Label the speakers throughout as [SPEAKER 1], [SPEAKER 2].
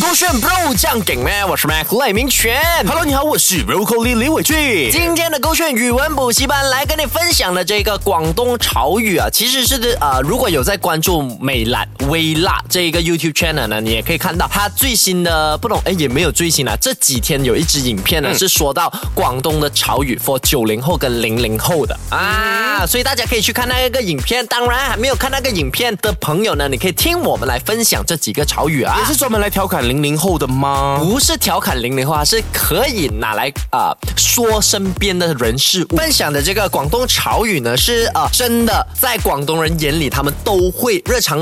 [SPEAKER 1] 勾选 Bro 酱梗咩？我是 Mac 赖明全。
[SPEAKER 2] Hello，你好，我是 Broccoli 李伟俊。
[SPEAKER 1] 今天的勾选语文补习班来跟你分享的这个广东潮语啊，其实是呃，如果有在关注美兰微辣这一个 YouTube channel 呢，你也可以看到它最新的不懂哎也没有最新啊，这几天有一支影片呢、是说到广东的潮语 for 九零后跟零零后的啊，所以大家可以去看那个影片。当然还没有看那个影片的朋友呢，你可以听我们来分享这几个潮语啊
[SPEAKER 2] 也。是专门来调侃零零后的吗？
[SPEAKER 1] 不是调侃零零后啊，是可以拿来啊、说身边的人事物。分享的这个广东潮语呢，是啊、真的在广东人眼里，他们都会日常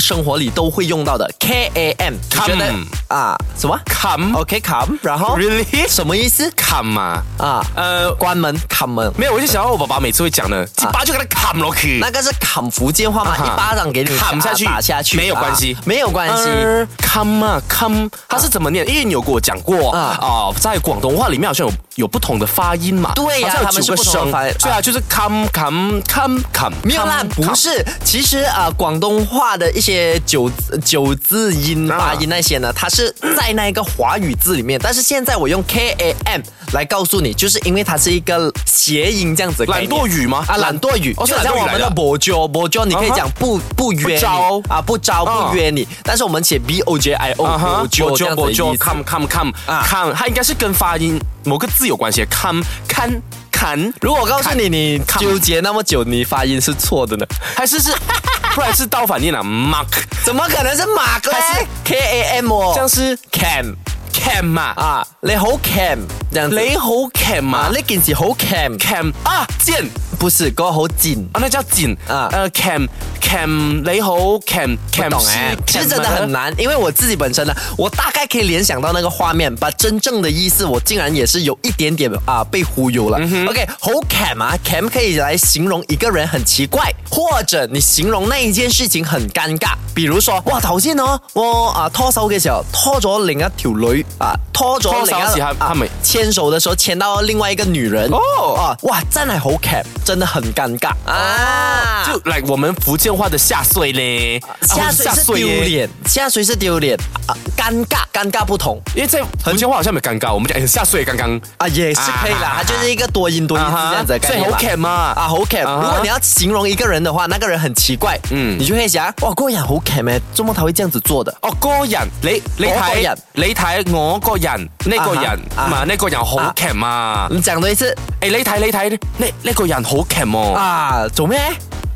[SPEAKER 1] 生活里都会用到的 K A M。你觉得
[SPEAKER 2] Come
[SPEAKER 1] 啊什么
[SPEAKER 2] 砍
[SPEAKER 1] ？OK come，然后
[SPEAKER 2] Really？
[SPEAKER 1] 什么意思
[SPEAKER 2] 哦砍嘛？
[SPEAKER 1] 啊？
[SPEAKER 2] 呃，
[SPEAKER 1] 关门 come 门。
[SPEAKER 2] 没有，我就想到我爸爸每次会讲的，一巴就给他砍落去。
[SPEAKER 1] 那个是砍福建话嘛，
[SPEAKER 2] 啊哈
[SPEAKER 1] 一巴掌给你
[SPEAKER 2] 砍下去
[SPEAKER 1] 啊打下去，
[SPEAKER 2] 没有关系
[SPEAKER 1] 啊没有关系。
[SPEAKER 2] 呃，come 啊，come，它是怎么念？因为你有跟我讲过啊
[SPEAKER 1] 啊，
[SPEAKER 2] 哦在广东话里面好像有有不同的发音嘛，
[SPEAKER 1] 对呀
[SPEAKER 2] 好像
[SPEAKER 1] 他
[SPEAKER 2] 有
[SPEAKER 1] 们
[SPEAKER 2] 九个
[SPEAKER 1] 是不同
[SPEAKER 2] 声
[SPEAKER 1] 的发音，
[SPEAKER 2] 对啊，就是 come come come come，
[SPEAKER 1] 没有啦，不，是，其实啊、呃广东话的一些九九字音
[SPEAKER 2] 啊
[SPEAKER 1] 发音那些呢，它是在那个华语字里面，但是现在我用 K A M 来告诉你，就是因为它是一个谐音这样子的概
[SPEAKER 2] 懒
[SPEAKER 1] 念。
[SPEAKER 2] 惰语吗？
[SPEAKER 1] 啊，懒惰语，
[SPEAKER 2] 哦是
[SPEAKER 1] 就好
[SPEAKER 2] 懒
[SPEAKER 1] 像
[SPEAKER 2] 惰
[SPEAKER 1] 我
[SPEAKER 2] 语来
[SPEAKER 1] 们
[SPEAKER 2] 的
[SPEAKER 1] 的。博交，博交你可以
[SPEAKER 2] 啊哈
[SPEAKER 1] 讲不不约你
[SPEAKER 2] 招
[SPEAKER 1] 啊，不招
[SPEAKER 2] 啊
[SPEAKER 1] 不约你，但是我们写 B O J I O
[SPEAKER 2] 啊哈
[SPEAKER 1] 博交这样子
[SPEAKER 2] 我
[SPEAKER 1] 的意
[SPEAKER 2] 就
[SPEAKER 1] 思。
[SPEAKER 2] come come come
[SPEAKER 1] 啊
[SPEAKER 2] come，它应该是跟发音某个字有关系，come can can，
[SPEAKER 1] 如果我告诉你你
[SPEAKER 2] 看
[SPEAKER 1] 纠结那么久，你发音是 错的呢？
[SPEAKER 2] 还是是， 不然是倒反念了，mark，啊
[SPEAKER 1] 怎么可能是马克
[SPEAKER 2] 还是
[SPEAKER 1] K A M 哦？
[SPEAKER 2] 像是
[SPEAKER 1] cam
[SPEAKER 2] cam 嘛，
[SPEAKER 1] 啊，你好 cam 这样子。
[SPEAKER 2] 你好 cam
[SPEAKER 1] 啊
[SPEAKER 2] 嘛，
[SPEAKER 1] 呢件事好 cam，
[SPEAKER 2] cam 啊贱。
[SPEAKER 1] 不是嗰個好賤。
[SPEAKER 2] 啊，那叫剪啊
[SPEAKER 1] 啊，
[SPEAKER 2] 呃，cam cam 你好，cam
[SPEAKER 1] 不
[SPEAKER 2] cam
[SPEAKER 1] 懂哎
[SPEAKER 2] 是，
[SPEAKER 1] 其实
[SPEAKER 2] cam
[SPEAKER 1] 真的
[SPEAKER 2] 吗
[SPEAKER 1] 很。难，因为我自己本身呢，我大概可以联想到那个画面，把真正的意思，我竟然也是有一点点啊被忽悠
[SPEAKER 2] 嗯
[SPEAKER 1] 了。OK，好 cam 啊，cam 可以来形容一个人很奇怪，或者你形容那一件事情很尴尬，比如說，哇頭先哦，我啊拖手嘅時候拖咗另一條女啊，拖咗
[SPEAKER 2] 拖手
[SPEAKER 1] 另
[SPEAKER 2] 嘅
[SPEAKER 1] 一啊
[SPEAKER 2] 時候係咪
[SPEAKER 1] 牵手的时候牵到另外一个女人
[SPEAKER 2] 哦
[SPEAKER 1] 啊，哇，真係好 cam，真的很尷尬啊，
[SPEAKER 2] 就来我们福建话的下水嘞，
[SPEAKER 1] 下水
[SPEAKER 2] 啊
[SPEAKER 1] 是丢，脸，下水是丢脸啊，尴尬，尴尬不同
[SPEAKER 2] 因为在福建话好像没有尴尬，我们讲哎下水刚刚
[SPEAKER 1] 啊，也是可以
[SPEAKER 2] 啊
[SPEAKER 1] 啦，它就是一个多音多音字
[SPEAKER 2] 啊哈
[SPEAKER 1] 这样子的概
[SPEAKER 2] 所以
[SPEAKER 1] 念
[SPEAKER 2] 好 cam 啊
[SPEAKER 1] 啊，好 cam。
[SPEAKER 2] 啊哈
[SPEAKER 1] 如果你要形容一个人的话，那个人很奇怪，
[SPEAKER 2] 嗯
[SPEAKER 1] 嗯，你就会想，哇，嗰個人好 cam 诶，做乜他会这样子做的？
[SPEAKER 2] 哦個人，你你
[SPEAKER 1] 我個
[SPEAKER 2] 睇
[SPEAKER 1] 人
[SPEAKER 2] 你睇我個人呢個人
[SPEAKER 1] 啊哈啊
[SPEAKER 2] 嘛呢個人好
[SPEAKER 1] 啊
[SPEAKER 2] cam 啊，
[SPEAKER 1] 你讲多一次
[SPEAKER 2] 誒你睇你睇呢呢個人好 cam 哦，
[SPEAKER 1] 啊，做咩？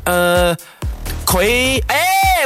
[SPEAKER 2] 誒佢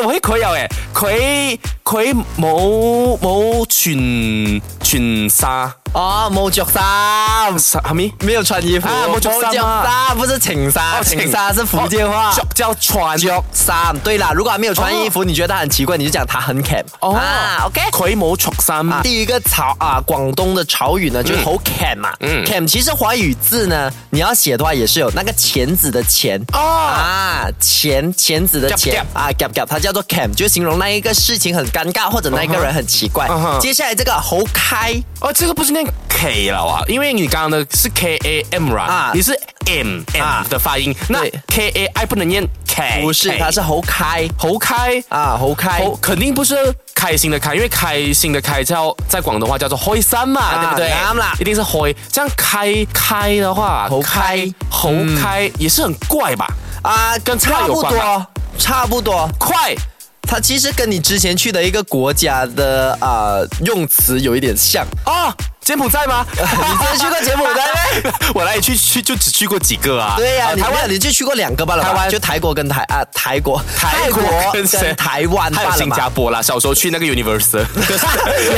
[SPEAKER 2] 誒喂佢又誒佢佢冇冇全全沙。
[SPEAKER 1] 哦，冇着衫。
[SPEAKER 2] 啥哈咪？
[SPEAKER 1] 没有穿衣服，
[SPEAKER 2] 啊冇着衫啊
[SPEAKER 1] 衫不是情纱，情纱是福建话。
[SPEAKER 2] 叫叫穿
[SPEAKER 1] 着衫，对啦，如果还没有穿衣服，你觉得他很奇怪，你就讲他很 cam。
[SPEAKER 2] 哦
[SPEAKER 1] 啊，OK。
[SPEAKER 2] 佢冇着衫
[SPEAKER 1] 啊，第一个潮啊，广东的潮语呢就是
[SPEAKER 2] 嗯
[SPEAKER 1] 好 cam 嘛、
[SPEAKER 2] 嗯
[SPEAKER 1] c a m 其实华语字呢，你要写的话也是有那个钳子的钳。
[SPEAKER 2] 哦，
[SPEAKER 1] 啊，钳钳子的钳
[SPEAKER 2] 夹
[SPEAKER 1] 啊，夹夹，它叫做 cam，就形容那一个事情很尴尬或者那一个人很奇怪。
[SPEAKER 2] 嗯哼
[SPEAKER 1] 接下来这个猴开
[SPEAKER 2] 哦，这个不是念 K 了啊，因为你刚刚的是 K A M 啦
[SPEAKER 1] 啊，
[SPEAKER 2] 你是 M
[SPEAKER 1] 啊
[SPEAKER 2] M 的发音，那
[SPEAKER 1] 对
[SPEAKER 2] K A I 不能念 K，
[SPEAKER 1] 不是，它是猴开
[SPEAKER 2] 猴开
[SPEAKER 1] 啊，猴
[SPEAKER 2] 哎
[SPEAKER 1] 开
[SPEAKER 2] 猴肯定不是开心的开，因为开心的开叫在广东话叫做开心嘛，
[SPEAKER 1] 啊
[SPEAKER 2] 对不对？
[SPEAKER 1] 啱啦
[SPEAKER 2] 一定是开，这样开开的话，
[SPEAKER 1] 猴开嗯
[SPEAKER 2] 猴开也是很怪吧？
[SPEAKER 1] 啊，
[SPEAKER 2] 跟菜
[SPEAKER 1] 差
[SPEAKER 2] 有
[SPEAKER 1] 不
[SPEAKER 2] 关吧
[SPEAKER 1] 多，差不多。
[SPEAKER 2] 快
[SPEAKER 1] 它其实跟你之前去的一个国家的啊、用词有一点像。
[SPEAKER 2] 哦，柬埔寨吗？
[SPEAKER 1] 你之前去过柬埔寨咩？
[SPEAKER 2] 我来去去就只去过几个啊。
[SPEAKER 1] 对呀、
[SPEAKER 2] 呃
[SPEAKER 1] 你
[SPEAKER 2] 台
[SPEAKER 1] 没有
[SPEAKER 2] 湾
[SPEAKER 1] 你就去过两个罢了吧，
[SPEAKER 2] 台湾
[SPEAKER 1] 就台国跟台啊，台国、
[SPEAKER 2] 泰国跟谁
[SPEAKER 1] 跟台湾
[SPEAKER 2] 还有
[SPEAKER 1] 罢了
[SPEAKER 2] 新加
[SPEAKER 1] 嘛。
[SPEAKER 2] 坡啦，小时候去那个 Universal，
[SPEAKER 1] 你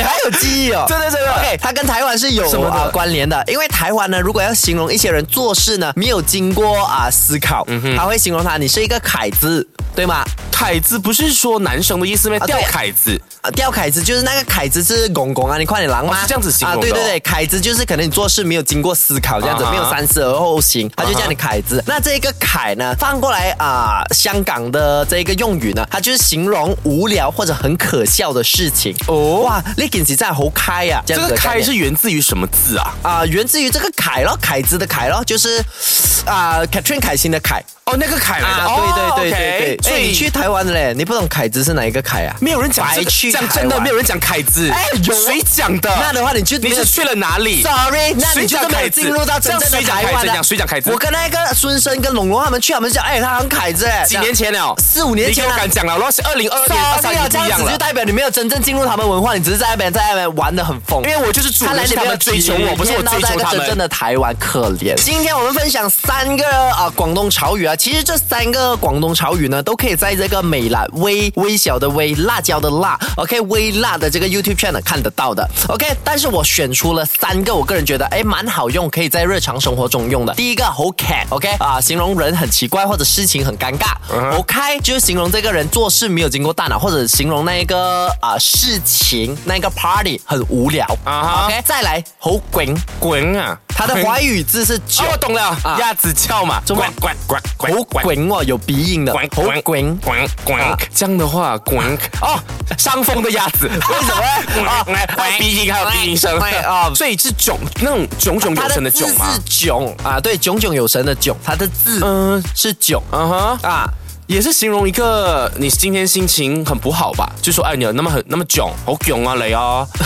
[SPEAKER 1] 还有记忆哦？
[SPEAKER 2] 真的真的
[SPEAKER 1] OK，它跟台湾是有
[SPEAKER 2] 什么的
[SPEAKER 1] 啊、关联的，因为台湾呢，如果要形容一些人做事呢，没有经过啊、思考，
[SPEAKER 2] 嗯
[SPEAKER 1] 他会形容他你是一个凯子，对吗？
[SPEAKER 2] 凯子不是说男生的意思吗？
[SPEAKER 1] 对
[SPEAKER 2] 吊凯子
[SPEAKER 1] 啊，吊凯子就是那个凯子是拱拱啊，你快点狼吗？
[SPEAKER 2] 哦是这样子形容的哦
[SPEAKER 1] 啊，对对对，凯子就是可能你做事没有经过思考这样样子
[SPEAKER 2] 啊哈啊
[SPEAKER 1] 没有三思而后行，他就叫你凯子。那这个凯呢，翻过来啊、香港的这个用语呢，它就是形容无聊或者很可笑的事情。
[SPEAKER 2] 哦
[SPEAKER 1] 哦，哇，你件事真系好开呀、啊！这
[SPEAKER 2] 这
[SPEAKER 1] 样子
[SPEAKER 2] 个
[SPEAKER 1] 的概
[SPEAKER 2] 开
[SPEAKER 1] 念
[SPEAKER 2] 是源自于什么字啊？
[SPEAKER 1] 啊、源自于这个凯咯，凯子的凯咯，就是啊、Catherine 凯欣的凯。
[SPEAKER 2] 哦，那个凯来的，
[SPEAKER 1] 啊，
[SPEAKER 2] 哦
[SPEAKER 1] 对对对对
[SPEAKER 2] OK，
[SPEAKER 1] 对，
[SPEAKER 2] 所
[SPEAKER 1] 所以
[SPEAKER 2] 以
[SPEAKER 1] 你去台湾的嘞，你不懂凯子是哪一个凯啊？
[SPEAKER 2] 没有人讲这
[SPEAKER 1] 白
[SPEAKER 2] 个，
[SPEAKER 1] 去
[SPEAKER 2] 讲
[SPEAKER 1] 台
[SPEAKER 2] 真的
[SPEAKER 1] 湾
[SPEAKER 2] 没有人讲凯字，
[SPEAKER 1] 哎有
[SPEAKER 2] 谁讲的？
[SPEAKER 1] 那的话你啊就没
[SPEAKER 2] 你
[SPEAKER 1] 有
[SPEAKER 2] 是去了哪里？
[SPEAKER 1] Sorry，那
[SPEAKER 2] 谁
[SPEAKER 1] 你就
[SPEAKER 2] 讲
[SPEAKER 1] 这么
[SPEAKER 2] 凯
[SPEAKER 1] 有
[SPEAKER 2] 子
[SPEAKER 1] 进入到真
[SPEAKER 2] 这样
[SPEAKER 1] 正的
[SPEAKER 2] 谁讲
[SPEAKER 1] 台
[SPEAKER 2] 凯
[SPEAKER 1] 湾
[SPEAKER 2] 子
[SPEAKER 1] 了
[SPEAKER 2] 讲谁讲凯子
[SPEAKER 1] 我跟那个孙生跟龙龙他们去，他们讲，哎，他很凯子，
[SPEAKER 2] 几年前了，
[SPEAKER 1] 四五年前
[SPEAKER 2] 你给
[SPEAKER 1] 了
[SPEAKER 2] 我敢讲了，然后是二零二二
[SPEAKER 1] 这
[SPEAKER 2] 年
[SPEAKER 1] 样
[SPEAKER 2] 二三
[SPEAKER 1] ，sorry
[SPEAKER 2] 年
[SPEAKER 1] 啊，这
[SPEAKER 2] 不一
[SPEAKER 1] 样
[SPEAKER 2] 样
[SPEAKER 1] 子
[SPEAKER 2] 了
[SPEAKER 1] 就。代表你没有真正进入他们文化，你只是在那边在那边玩的很疯。
[SPEAKER 2] 因为我就是主
[SPEAKER 1] 看来
[SPEAKER 2] 流，是
[SPEAKER 1] 你
[SPEAKER 2] 他
[SPEAKER 1] 没有
[SPEAKER 2] 们追求
[SPEAKER 1] 体
[SPEAKER 2] 我，不是我
[SPEAKER 1] 验到
[SPEAKER 2] 追
[SPEAKER 1] 那
[SPEAKER 2] 求
[SPEAKER 1] 个
[SPEAKER 2] 他
[SPEAKER 1] 真正
[SPEAKER 2] 们。
[SPEAKER 1] 的台湾，可怜。今天我们分享三个啊、广东潮语啊，其实这三个广东潮语呢，都可以在这个美辣微微小的微辣椒的辣，OK 微辣的这个 YouTube channel 看得到的，OK。但是我选出了三个，我个人觉得哎蛮好用，可以在日常生活中用的。第一个好 cat OK 啊，形容人很奇怪或者事情很尴尬。好开就是形容这个人做事没有经过大脑，或者形容那一个啊事情那个 party 很无聊。
[SPEAKER 2] 啊哈
[SPEAKER 1] OK，再来好滚，
[SPEAKER 2] 滚啊！
[SPEAKER 1] 它的华语字是九
[SPEAKER 2] 哦，。我懂了，
[SPEAKER 1] 啊
[SPEAKER 2] 鸭子叫嘛，
[SPEAKER 1] 中文
[SPEAKER 2] 滚滚
[SPEAKER 1] 好滚哦，有鼻音的，好滚。
[SPEAKER 2] 滚滚
[SPEAKER 1] 啊，
[SPEAKER 2] 这样的话滚哦，伤风的鸭子，为 什么啊？还有鼻音，还有鼻音声
[SPEAKER 1] 哎啊
[SPEAKER 2] 所以是囧那种炯炯
[SPEAKER 1] 它
[SPEAKER 2] 有神的
[SPEAKER 1] 的字
[SPEAKER 2] 囧吗
[SPEAKER 1] 是？囧啊，对，炯炯有神的炯，它的字
[SPEAKER 2] 嗯
[SPEAKER 1] 是囧
[SPEAKER 2] 嗯哼，
[SPEAKER 1] 啊，
[SPEAKER 2] 也是形容一个你今天心情很不好吧？就说哎，你有那么很那么囧，好囧啊你啊！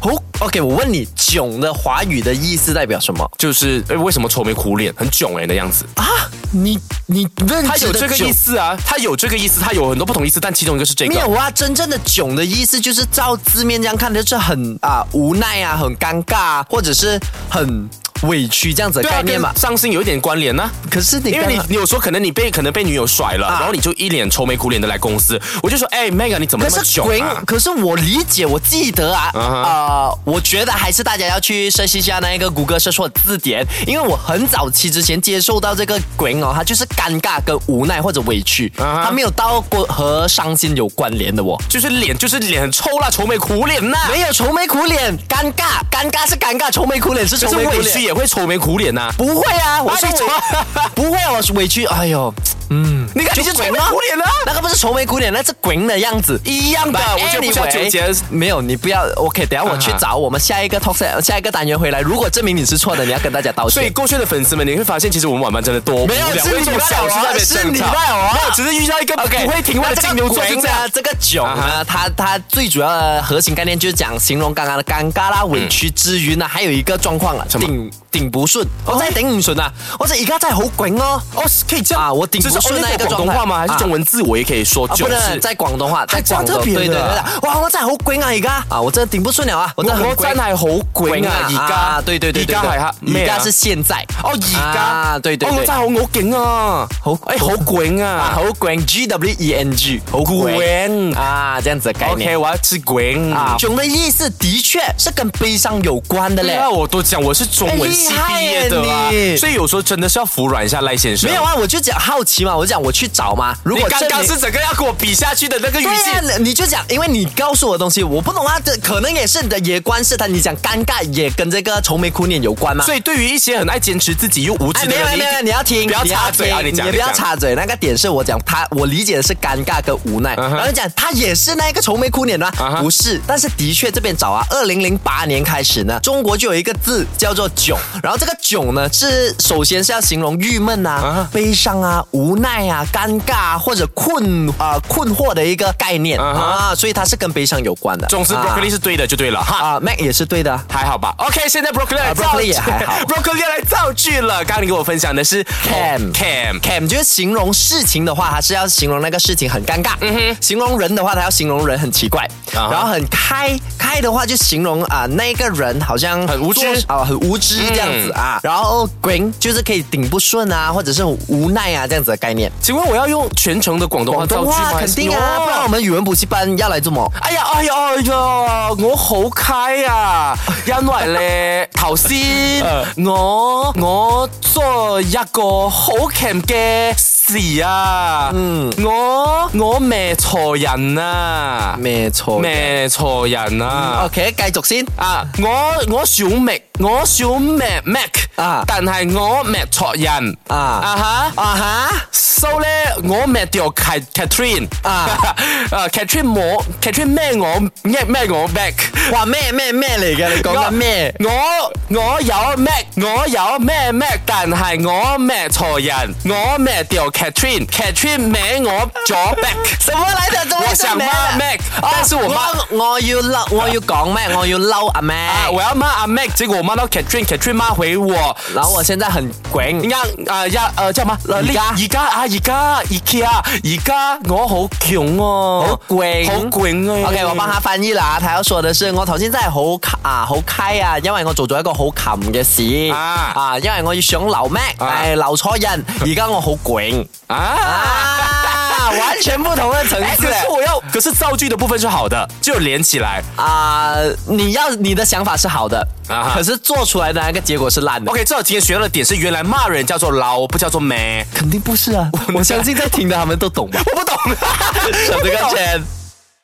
[SPEAKER 1] 好。OK，我问你，囧的华语的意思代表什么
[SPEAKER 2] 就是哎，为什么愁眉苦脸，很囧哎的样 子？
[SPEAKER 1] 啊？你你认
[SPEAKER 2] 它有
[SPEAKER 1] 识的
[SPEAKER 2] 这个
[SPEAKER 1] 囧
[SPEAKER 2] 意思 啊，它有这个意思，它有很多不同意思，但其中一个是这
[SPEAKER 1] 没
[SPEAKER 2] 个。
[SPEAKER 1] 有啊，真正的囧的意思就是照字面这样看，就是很啊无奈啊，很尴尬啊，或者是很委屈这样子的
[SPEAKER 2] 对啊，
[SPEAKER 1] 概念嘛哎
[SPEAKER 2] 跟。伤心有一点关联呢、
[SPEAKER 1] 可是你
[SPEAKER 2] 因为
[SPEAKER 1] 刚
[SPEAKER 2] 你
[SPEAKER 1] 刚，
[SPEAKER 2] 你有时候可能你被可能被女友甩
[SPEAKER 1] 啊
[SPEAKER 2] 了，然后你就一脸愁眉苦脸的来公司，我就说，哎、m e g a n 你怎么
[SPEAKER 1] 可
[SPEAKER 2] 那么
[SPEAKER 1] 是
[SPEAKER 2] 囧
[SPEAKER 1] 鬼
[SPEAKER 2] 啊？
[SPEAKER 1] 可是我理解，我记得啊，
[SPEAKER 2] 嗯哼
[SPEAKER 1] 呃，我觉得还是大家要去学习一下那一个谷歌搜索字典，因为我很早期之前接受到这个鬼哦，它就是尴尬跟无奈或者委屈，
[SPEAKER 2] 嗯哼
[SPEAKER 1] 它没有到过和伤心有关联的哦。
[SPEAKER 2] 就是脸就是脸很臭啦，愁眉苦脸呐、
[SPEAKER 1] 没有愁眉苦脸，尴尬，尴尬是尴尬，愁眉苦脸是
[SPEAKER 2] 可
[SPEAKER 1] 愁
[SPEAKER 2] 是
[SPEAKER 1] 眉苦
[SPEAKER 2] 委
[SPEAKER 1] 脸
[SPEAKER 2] 屈。也会愁眉苦脸呐、
[SPEAKER 1] 不会啊，我
[SPEAKER 2] 啊
[SPEAKER 1] 是
[SPEAKER 2] 你
[SPEAKER 1] 委
[SPEAKER 2] 怎，
[SPEAKER 1] 不会啊，我是委屈。哎呦，
[SPEAKER 2] 你看你就愁眉苦脸了、
[SPEAKER 1] 那个不是愁眉苦脸，那是滚的样子，一样
[SPEAKER 2] 的我觉得不需要纠结
[SPEAKER 1] 没有，你不要。OK，等一下我去
[SPEAKER 2] 啊哈
[SPEAKER 1] 找我们下一个 talk set- 下一个单元回来。如果证明你是错的，你要跟大家道
[SPEAKER 2] 所以
[SPEAKER 1] 歉。
[SPEAKER 2] 过去的粉丝们，你会发现其实我们晚班真的多无
[SPEAKER 1] 没有
[SPEAKER 2] 聊，
[SPEAKER 1] 是你
[SPEAKER 2] 为什么小时在那边
[SPEAKER 1] 是你
[SPEAKER 2] 争吵
[SPEAKER 1] 赖我啊
[SPEAKER 2] 没有，只是遇到一个不会停
[SPEAKER 1] 那
[SPEAKER 2] 问的
[SPEAKER 1] 这
[SPEAKER 2] 金
[SPEAKER 1] 个
[SPEAKER 2] 牛座就
[SPEAKER 1] 滚
[SPEAKER 2] 这样啊
[SPEAKER 1] 呢，。这个囧呢，它它最主要的核心概念就是讲形容刚刚的尴尬啦、委屈之余呢，还有一个状况啊，
[SPEAKER 2] 什么
[SPEAKER 1] 顶顶不顺，我真係顶唔顺啊，我真係而家真係好滾哦。
[SPEAKER 2] 哦，可以这样
[SPEAKER 1] 啊我顶不
[SPEAKER 2] 这是
[SPEAKER 1] 顺那一个
[SPEAKER 2] 广
[SPEAKER 1] 状态
[SPEAKER 2] 东话吗？还是
[SPEAKER 1] 啊
[SPEAKER 2] 中文字我也可以说
[SPEAKER 1] 啊，
[SPEAKER 2] 囧
[SPEAKER 1] 不能
[SPEAKER 2] 是？
[SPEAKER 1] 在广东话，在
[SPEAKER 2] 真
[SPEAKER 1] 广东
[SPEAKER 2] 特别的
[SPEAKER 1] 对对对对，哇，我真係好滾啊而家啊，我真係頂不順了啊，我真係
[SPEAKER 2] 我
[SPEAKER 1] 好
[SPEAKER 2] 我
[SPEAKER 1] 滾
[SPEAKER 2] 真。係好攰啊！而家、
[SPEAKER 1] 啊對對對對
[SPEAKER 2] 而家係嚇
[SPEAKER 1] 而
[SPEAKER 2] 咩啊
[SPEAKER 1] 家是現在
[SPEAKER 2] 哦，而家、
[SPEAKER 1] 啊對對
[SPEAKER 2] 哦，我
[SPEAKER 1] 對
[SPEAKER 2] 真係好我勁啊，
[SPEAKER 1] 好
[SPEAKER 2] 哎、好攰啊，
[SPEAKER 1] 啊，好滾 G W E N G 好
[SPEAKER 2] 滾
[SPEAKER 1] 啊，這樣子的概
[SPEAKER 2] OK，
[SPEAKER 1] 念
[SPEAKER 2] 我要吃滾
[SPEAKER 1] 啊
[SPEAKER 2] 啊，！
[SPEAKER 1] 囧的意思的確是跟悲傷有關的
[SPEAKER 2] 对
[SPEAKER 1] 嘞。
[SPEAKER 2] 啊，我都讲我是中文系毕业的啊
[SPEAKER 1] 哎厲害耶你，
[SPEAKER 2] 所以有时候真的是要服软一下赖先生。
[SPEAKER 1] 沒有，啊，我就講好奇嘛，我就講我去找嘛。如
[SPEAKER 2] 你
[SPEAKER 1] 果
[SPEAKER 2] 刚
[SPEAKER 1] 證
[SPEAKER 2] 刚
[SPEAKER 1] 明
[SPEAKER 2] 是整个要跟我比下去的那个语
[SPEAKER 1] 对啊
[SPEAKER 2] 气。
[SPEAKER 1] 呀、你就讲，因为你告诉我的东西我不懂啊，这可能也是你的也关是他，你讲尴尬也跟这个愁眉苦脸有关吗？
[SPEAKER 2] 所以对于一些很爱坚持自己又无
[SPEAKER 1] 哎，
[SPEAKER 2] 知的
[SPEAKER 1] 没有
[SPEAKER 2] 人，
[SPEAKER 1] 没有没有，你要听，
[SPEAKER 2] 不要插嘴啊！
[SPEAKER 1] 你
[SPEAKER 2] 你
[SPEAKER 1] 要听
[SPEAKER 2] 讲，
[SPEAKER 1] 也不要
[SPEAKER 2] 你讲。
[SPEAKER 1] 插嘴。那个点是我讲他，我理解的是尴尬跟无奈，
[SPEAKER 2] 嗯哼
[SPEAKER 1] 然后你讲他也是那一个愁眉苦脸吗
[SPEAKER 2] 嗯哼
[SPEAKER 1] 不是，但是的确这边找啊，二零零八年开始呢，中国就有一个字叫做囧，然后这个囧呢是首先是要形容郁闷
[SPEAKER 2] 嗯哼
[SPEAKER 1] 啊、悲伤啊、无奈啊、尴尬啊或者困啊、困惑的一个概念
[SPEAKER 2] 嗯哼
[SPEAKER 1] 啊，所以它是跟悲伤有关的。
[SPEAKER 2] 总之
[SPEAKER 1] 啊
[SPEAKER 2] broccoli 是对的就对了哈。
[SPEAKER 1] 啊，Mac 也是对的啊。
[SPEAKER 2] 还好吧？OK，现在 broccoli 来造
[SPEAKER 1] broccoli 也还好
[SPEAKER 2] broccoli 来造句了。刚刚你给我分享的是
[SPEAKER 1] Cam
[SPEAKER 2] cam
[SPEAKER 1] Cam 就是形容事情的话，它是要形容那个事情很尴尬；形容人的话，它要形容人很奇怪；
[SPEAKER 2] 嗯啊哈
[SPEAKER 1] 然后很开开的话，就形容啊、那个人好像
[SPEAKER 2] 很无知嗯
[SPEAKER 1] 做啊、很无知这样子啊。然后 green 就是可以顶不顺啊，或者是很无奈啊这样子的概念。
[SPEAKER 2] 请问我要用全程的广东话
[SPEAKER 1] 广
[SPEAKER 2] 造
[SPEAKER 1] 东
[SPEAKER 2] 句吗？
[SPEAKER 1] 话肯定啊，
[SPEAKER 2] No
[SPEAKER 1] 不然我们语文补习班要来做么？
[SPEAKER 2] 哎呀，哎呀，哎呀，我好开 啊！因為咧頭先
[SPEAKER 1] 呃
[SPEAKER 2] 我我做一個好勁嘅事啊，
[SPEAKER 1] 嗯
[SPEAKER 2] 我我咩錯人啊，
[SPEAKER 1] 没错。
[SPEAKER 2] 咩錯人啊。
[SPEAKER 1] Ừ. OK，继续先。
[SPEAKER 2] À, 啊！我我想 Mac，我想 Mac Mac，
[SPEAKER 1] 啊
[SPEAKER 2] 但係我咩錯人
[SPEAKER 1] 啊
[SPEAKER 2] 啊吓
[SPEAKER 1] 啊哈，
[SPEAKER 2] ，so 咧我咩掉 Cat Catherine
[SPEAKER 1] 啊
[SPEAKER 2] 啊 Catherine 我 Catherine 咩我咩咩我 back。
[SPEAKER 1] 哇咩咩咩嚟嘅？你講緊咩？
[SPEAKER 2] 我我有咩？我有咩咩？但係我咩錯人？我咩掉 Catherine？Catherine 名我咗 back。
[SPEAKER 1] 什麼嚟的？怎麼
[SPEAKER 2] 我想罵 Mac，但
[SPEAKER 1] Ờ,
[SPEAKER 2] 是我罵
[SPEAKER 1] 我要嬲，我要講 Mac，我要嬲阿
[SPEAKER 2] 啊！
[SPEAKER 1] Mac。
[SPEAKER 2] 我要骂阿 Mac，结果我骂到 Catherine，Catherine 骂回我。
[SPEAKER 1] 然後我現在很滾
[SPEAKER 2] 而。家啊，一呃叫乜？而
[SPEAKER 1] 而家
[SPEAKER 2] 而家啊，而家而家而家我好囧哦，
[SPEAKER 1] 好囧
[SPEAKER 2] 好囧啊
[SPEAKER 1] OK，我幫他翻譯啦。他要說的是，我頭先真係好卡啊，好開啊，因為我做咗一個好冚嘅事
[SPEAKER 2] 啊
[SPEAKER 1] 啊，因為我要想留 Mac，
[SPEAKER 2] 啊
[SPEAKER 1] 但係留 錯人，而家我好囧
[SPEAKER 2] 啊！
[SPEAKER 1] 啊，完全不同的層
[SPEAKER 2] 哎，
[SPEAKER 1] 次
[SPEAKER 2] 可是我要，可是造句的部分是好的，就连起来。
[SPEAKER 1] 啊！你要你的想法是好的
[SPEAKER 2] 啊哈，
[SPEAKER 1] 可是做出来的那個結果是爛的。
[SPEAKER 2] OK，至少今天学到的点是，原来骂人叫做捞，不叫做咩。
[SPEAKER 1] 肯定不是啊，我相信在听的他们都懂吧。
[SPEAKER 2] 我不懂，
[SPEAKER 1] 省
[SPEAKER 2] 我
[SPEAKER 1] 得 个
[SPEAKER 2] 不懂
[SPEAKER 1] 钱。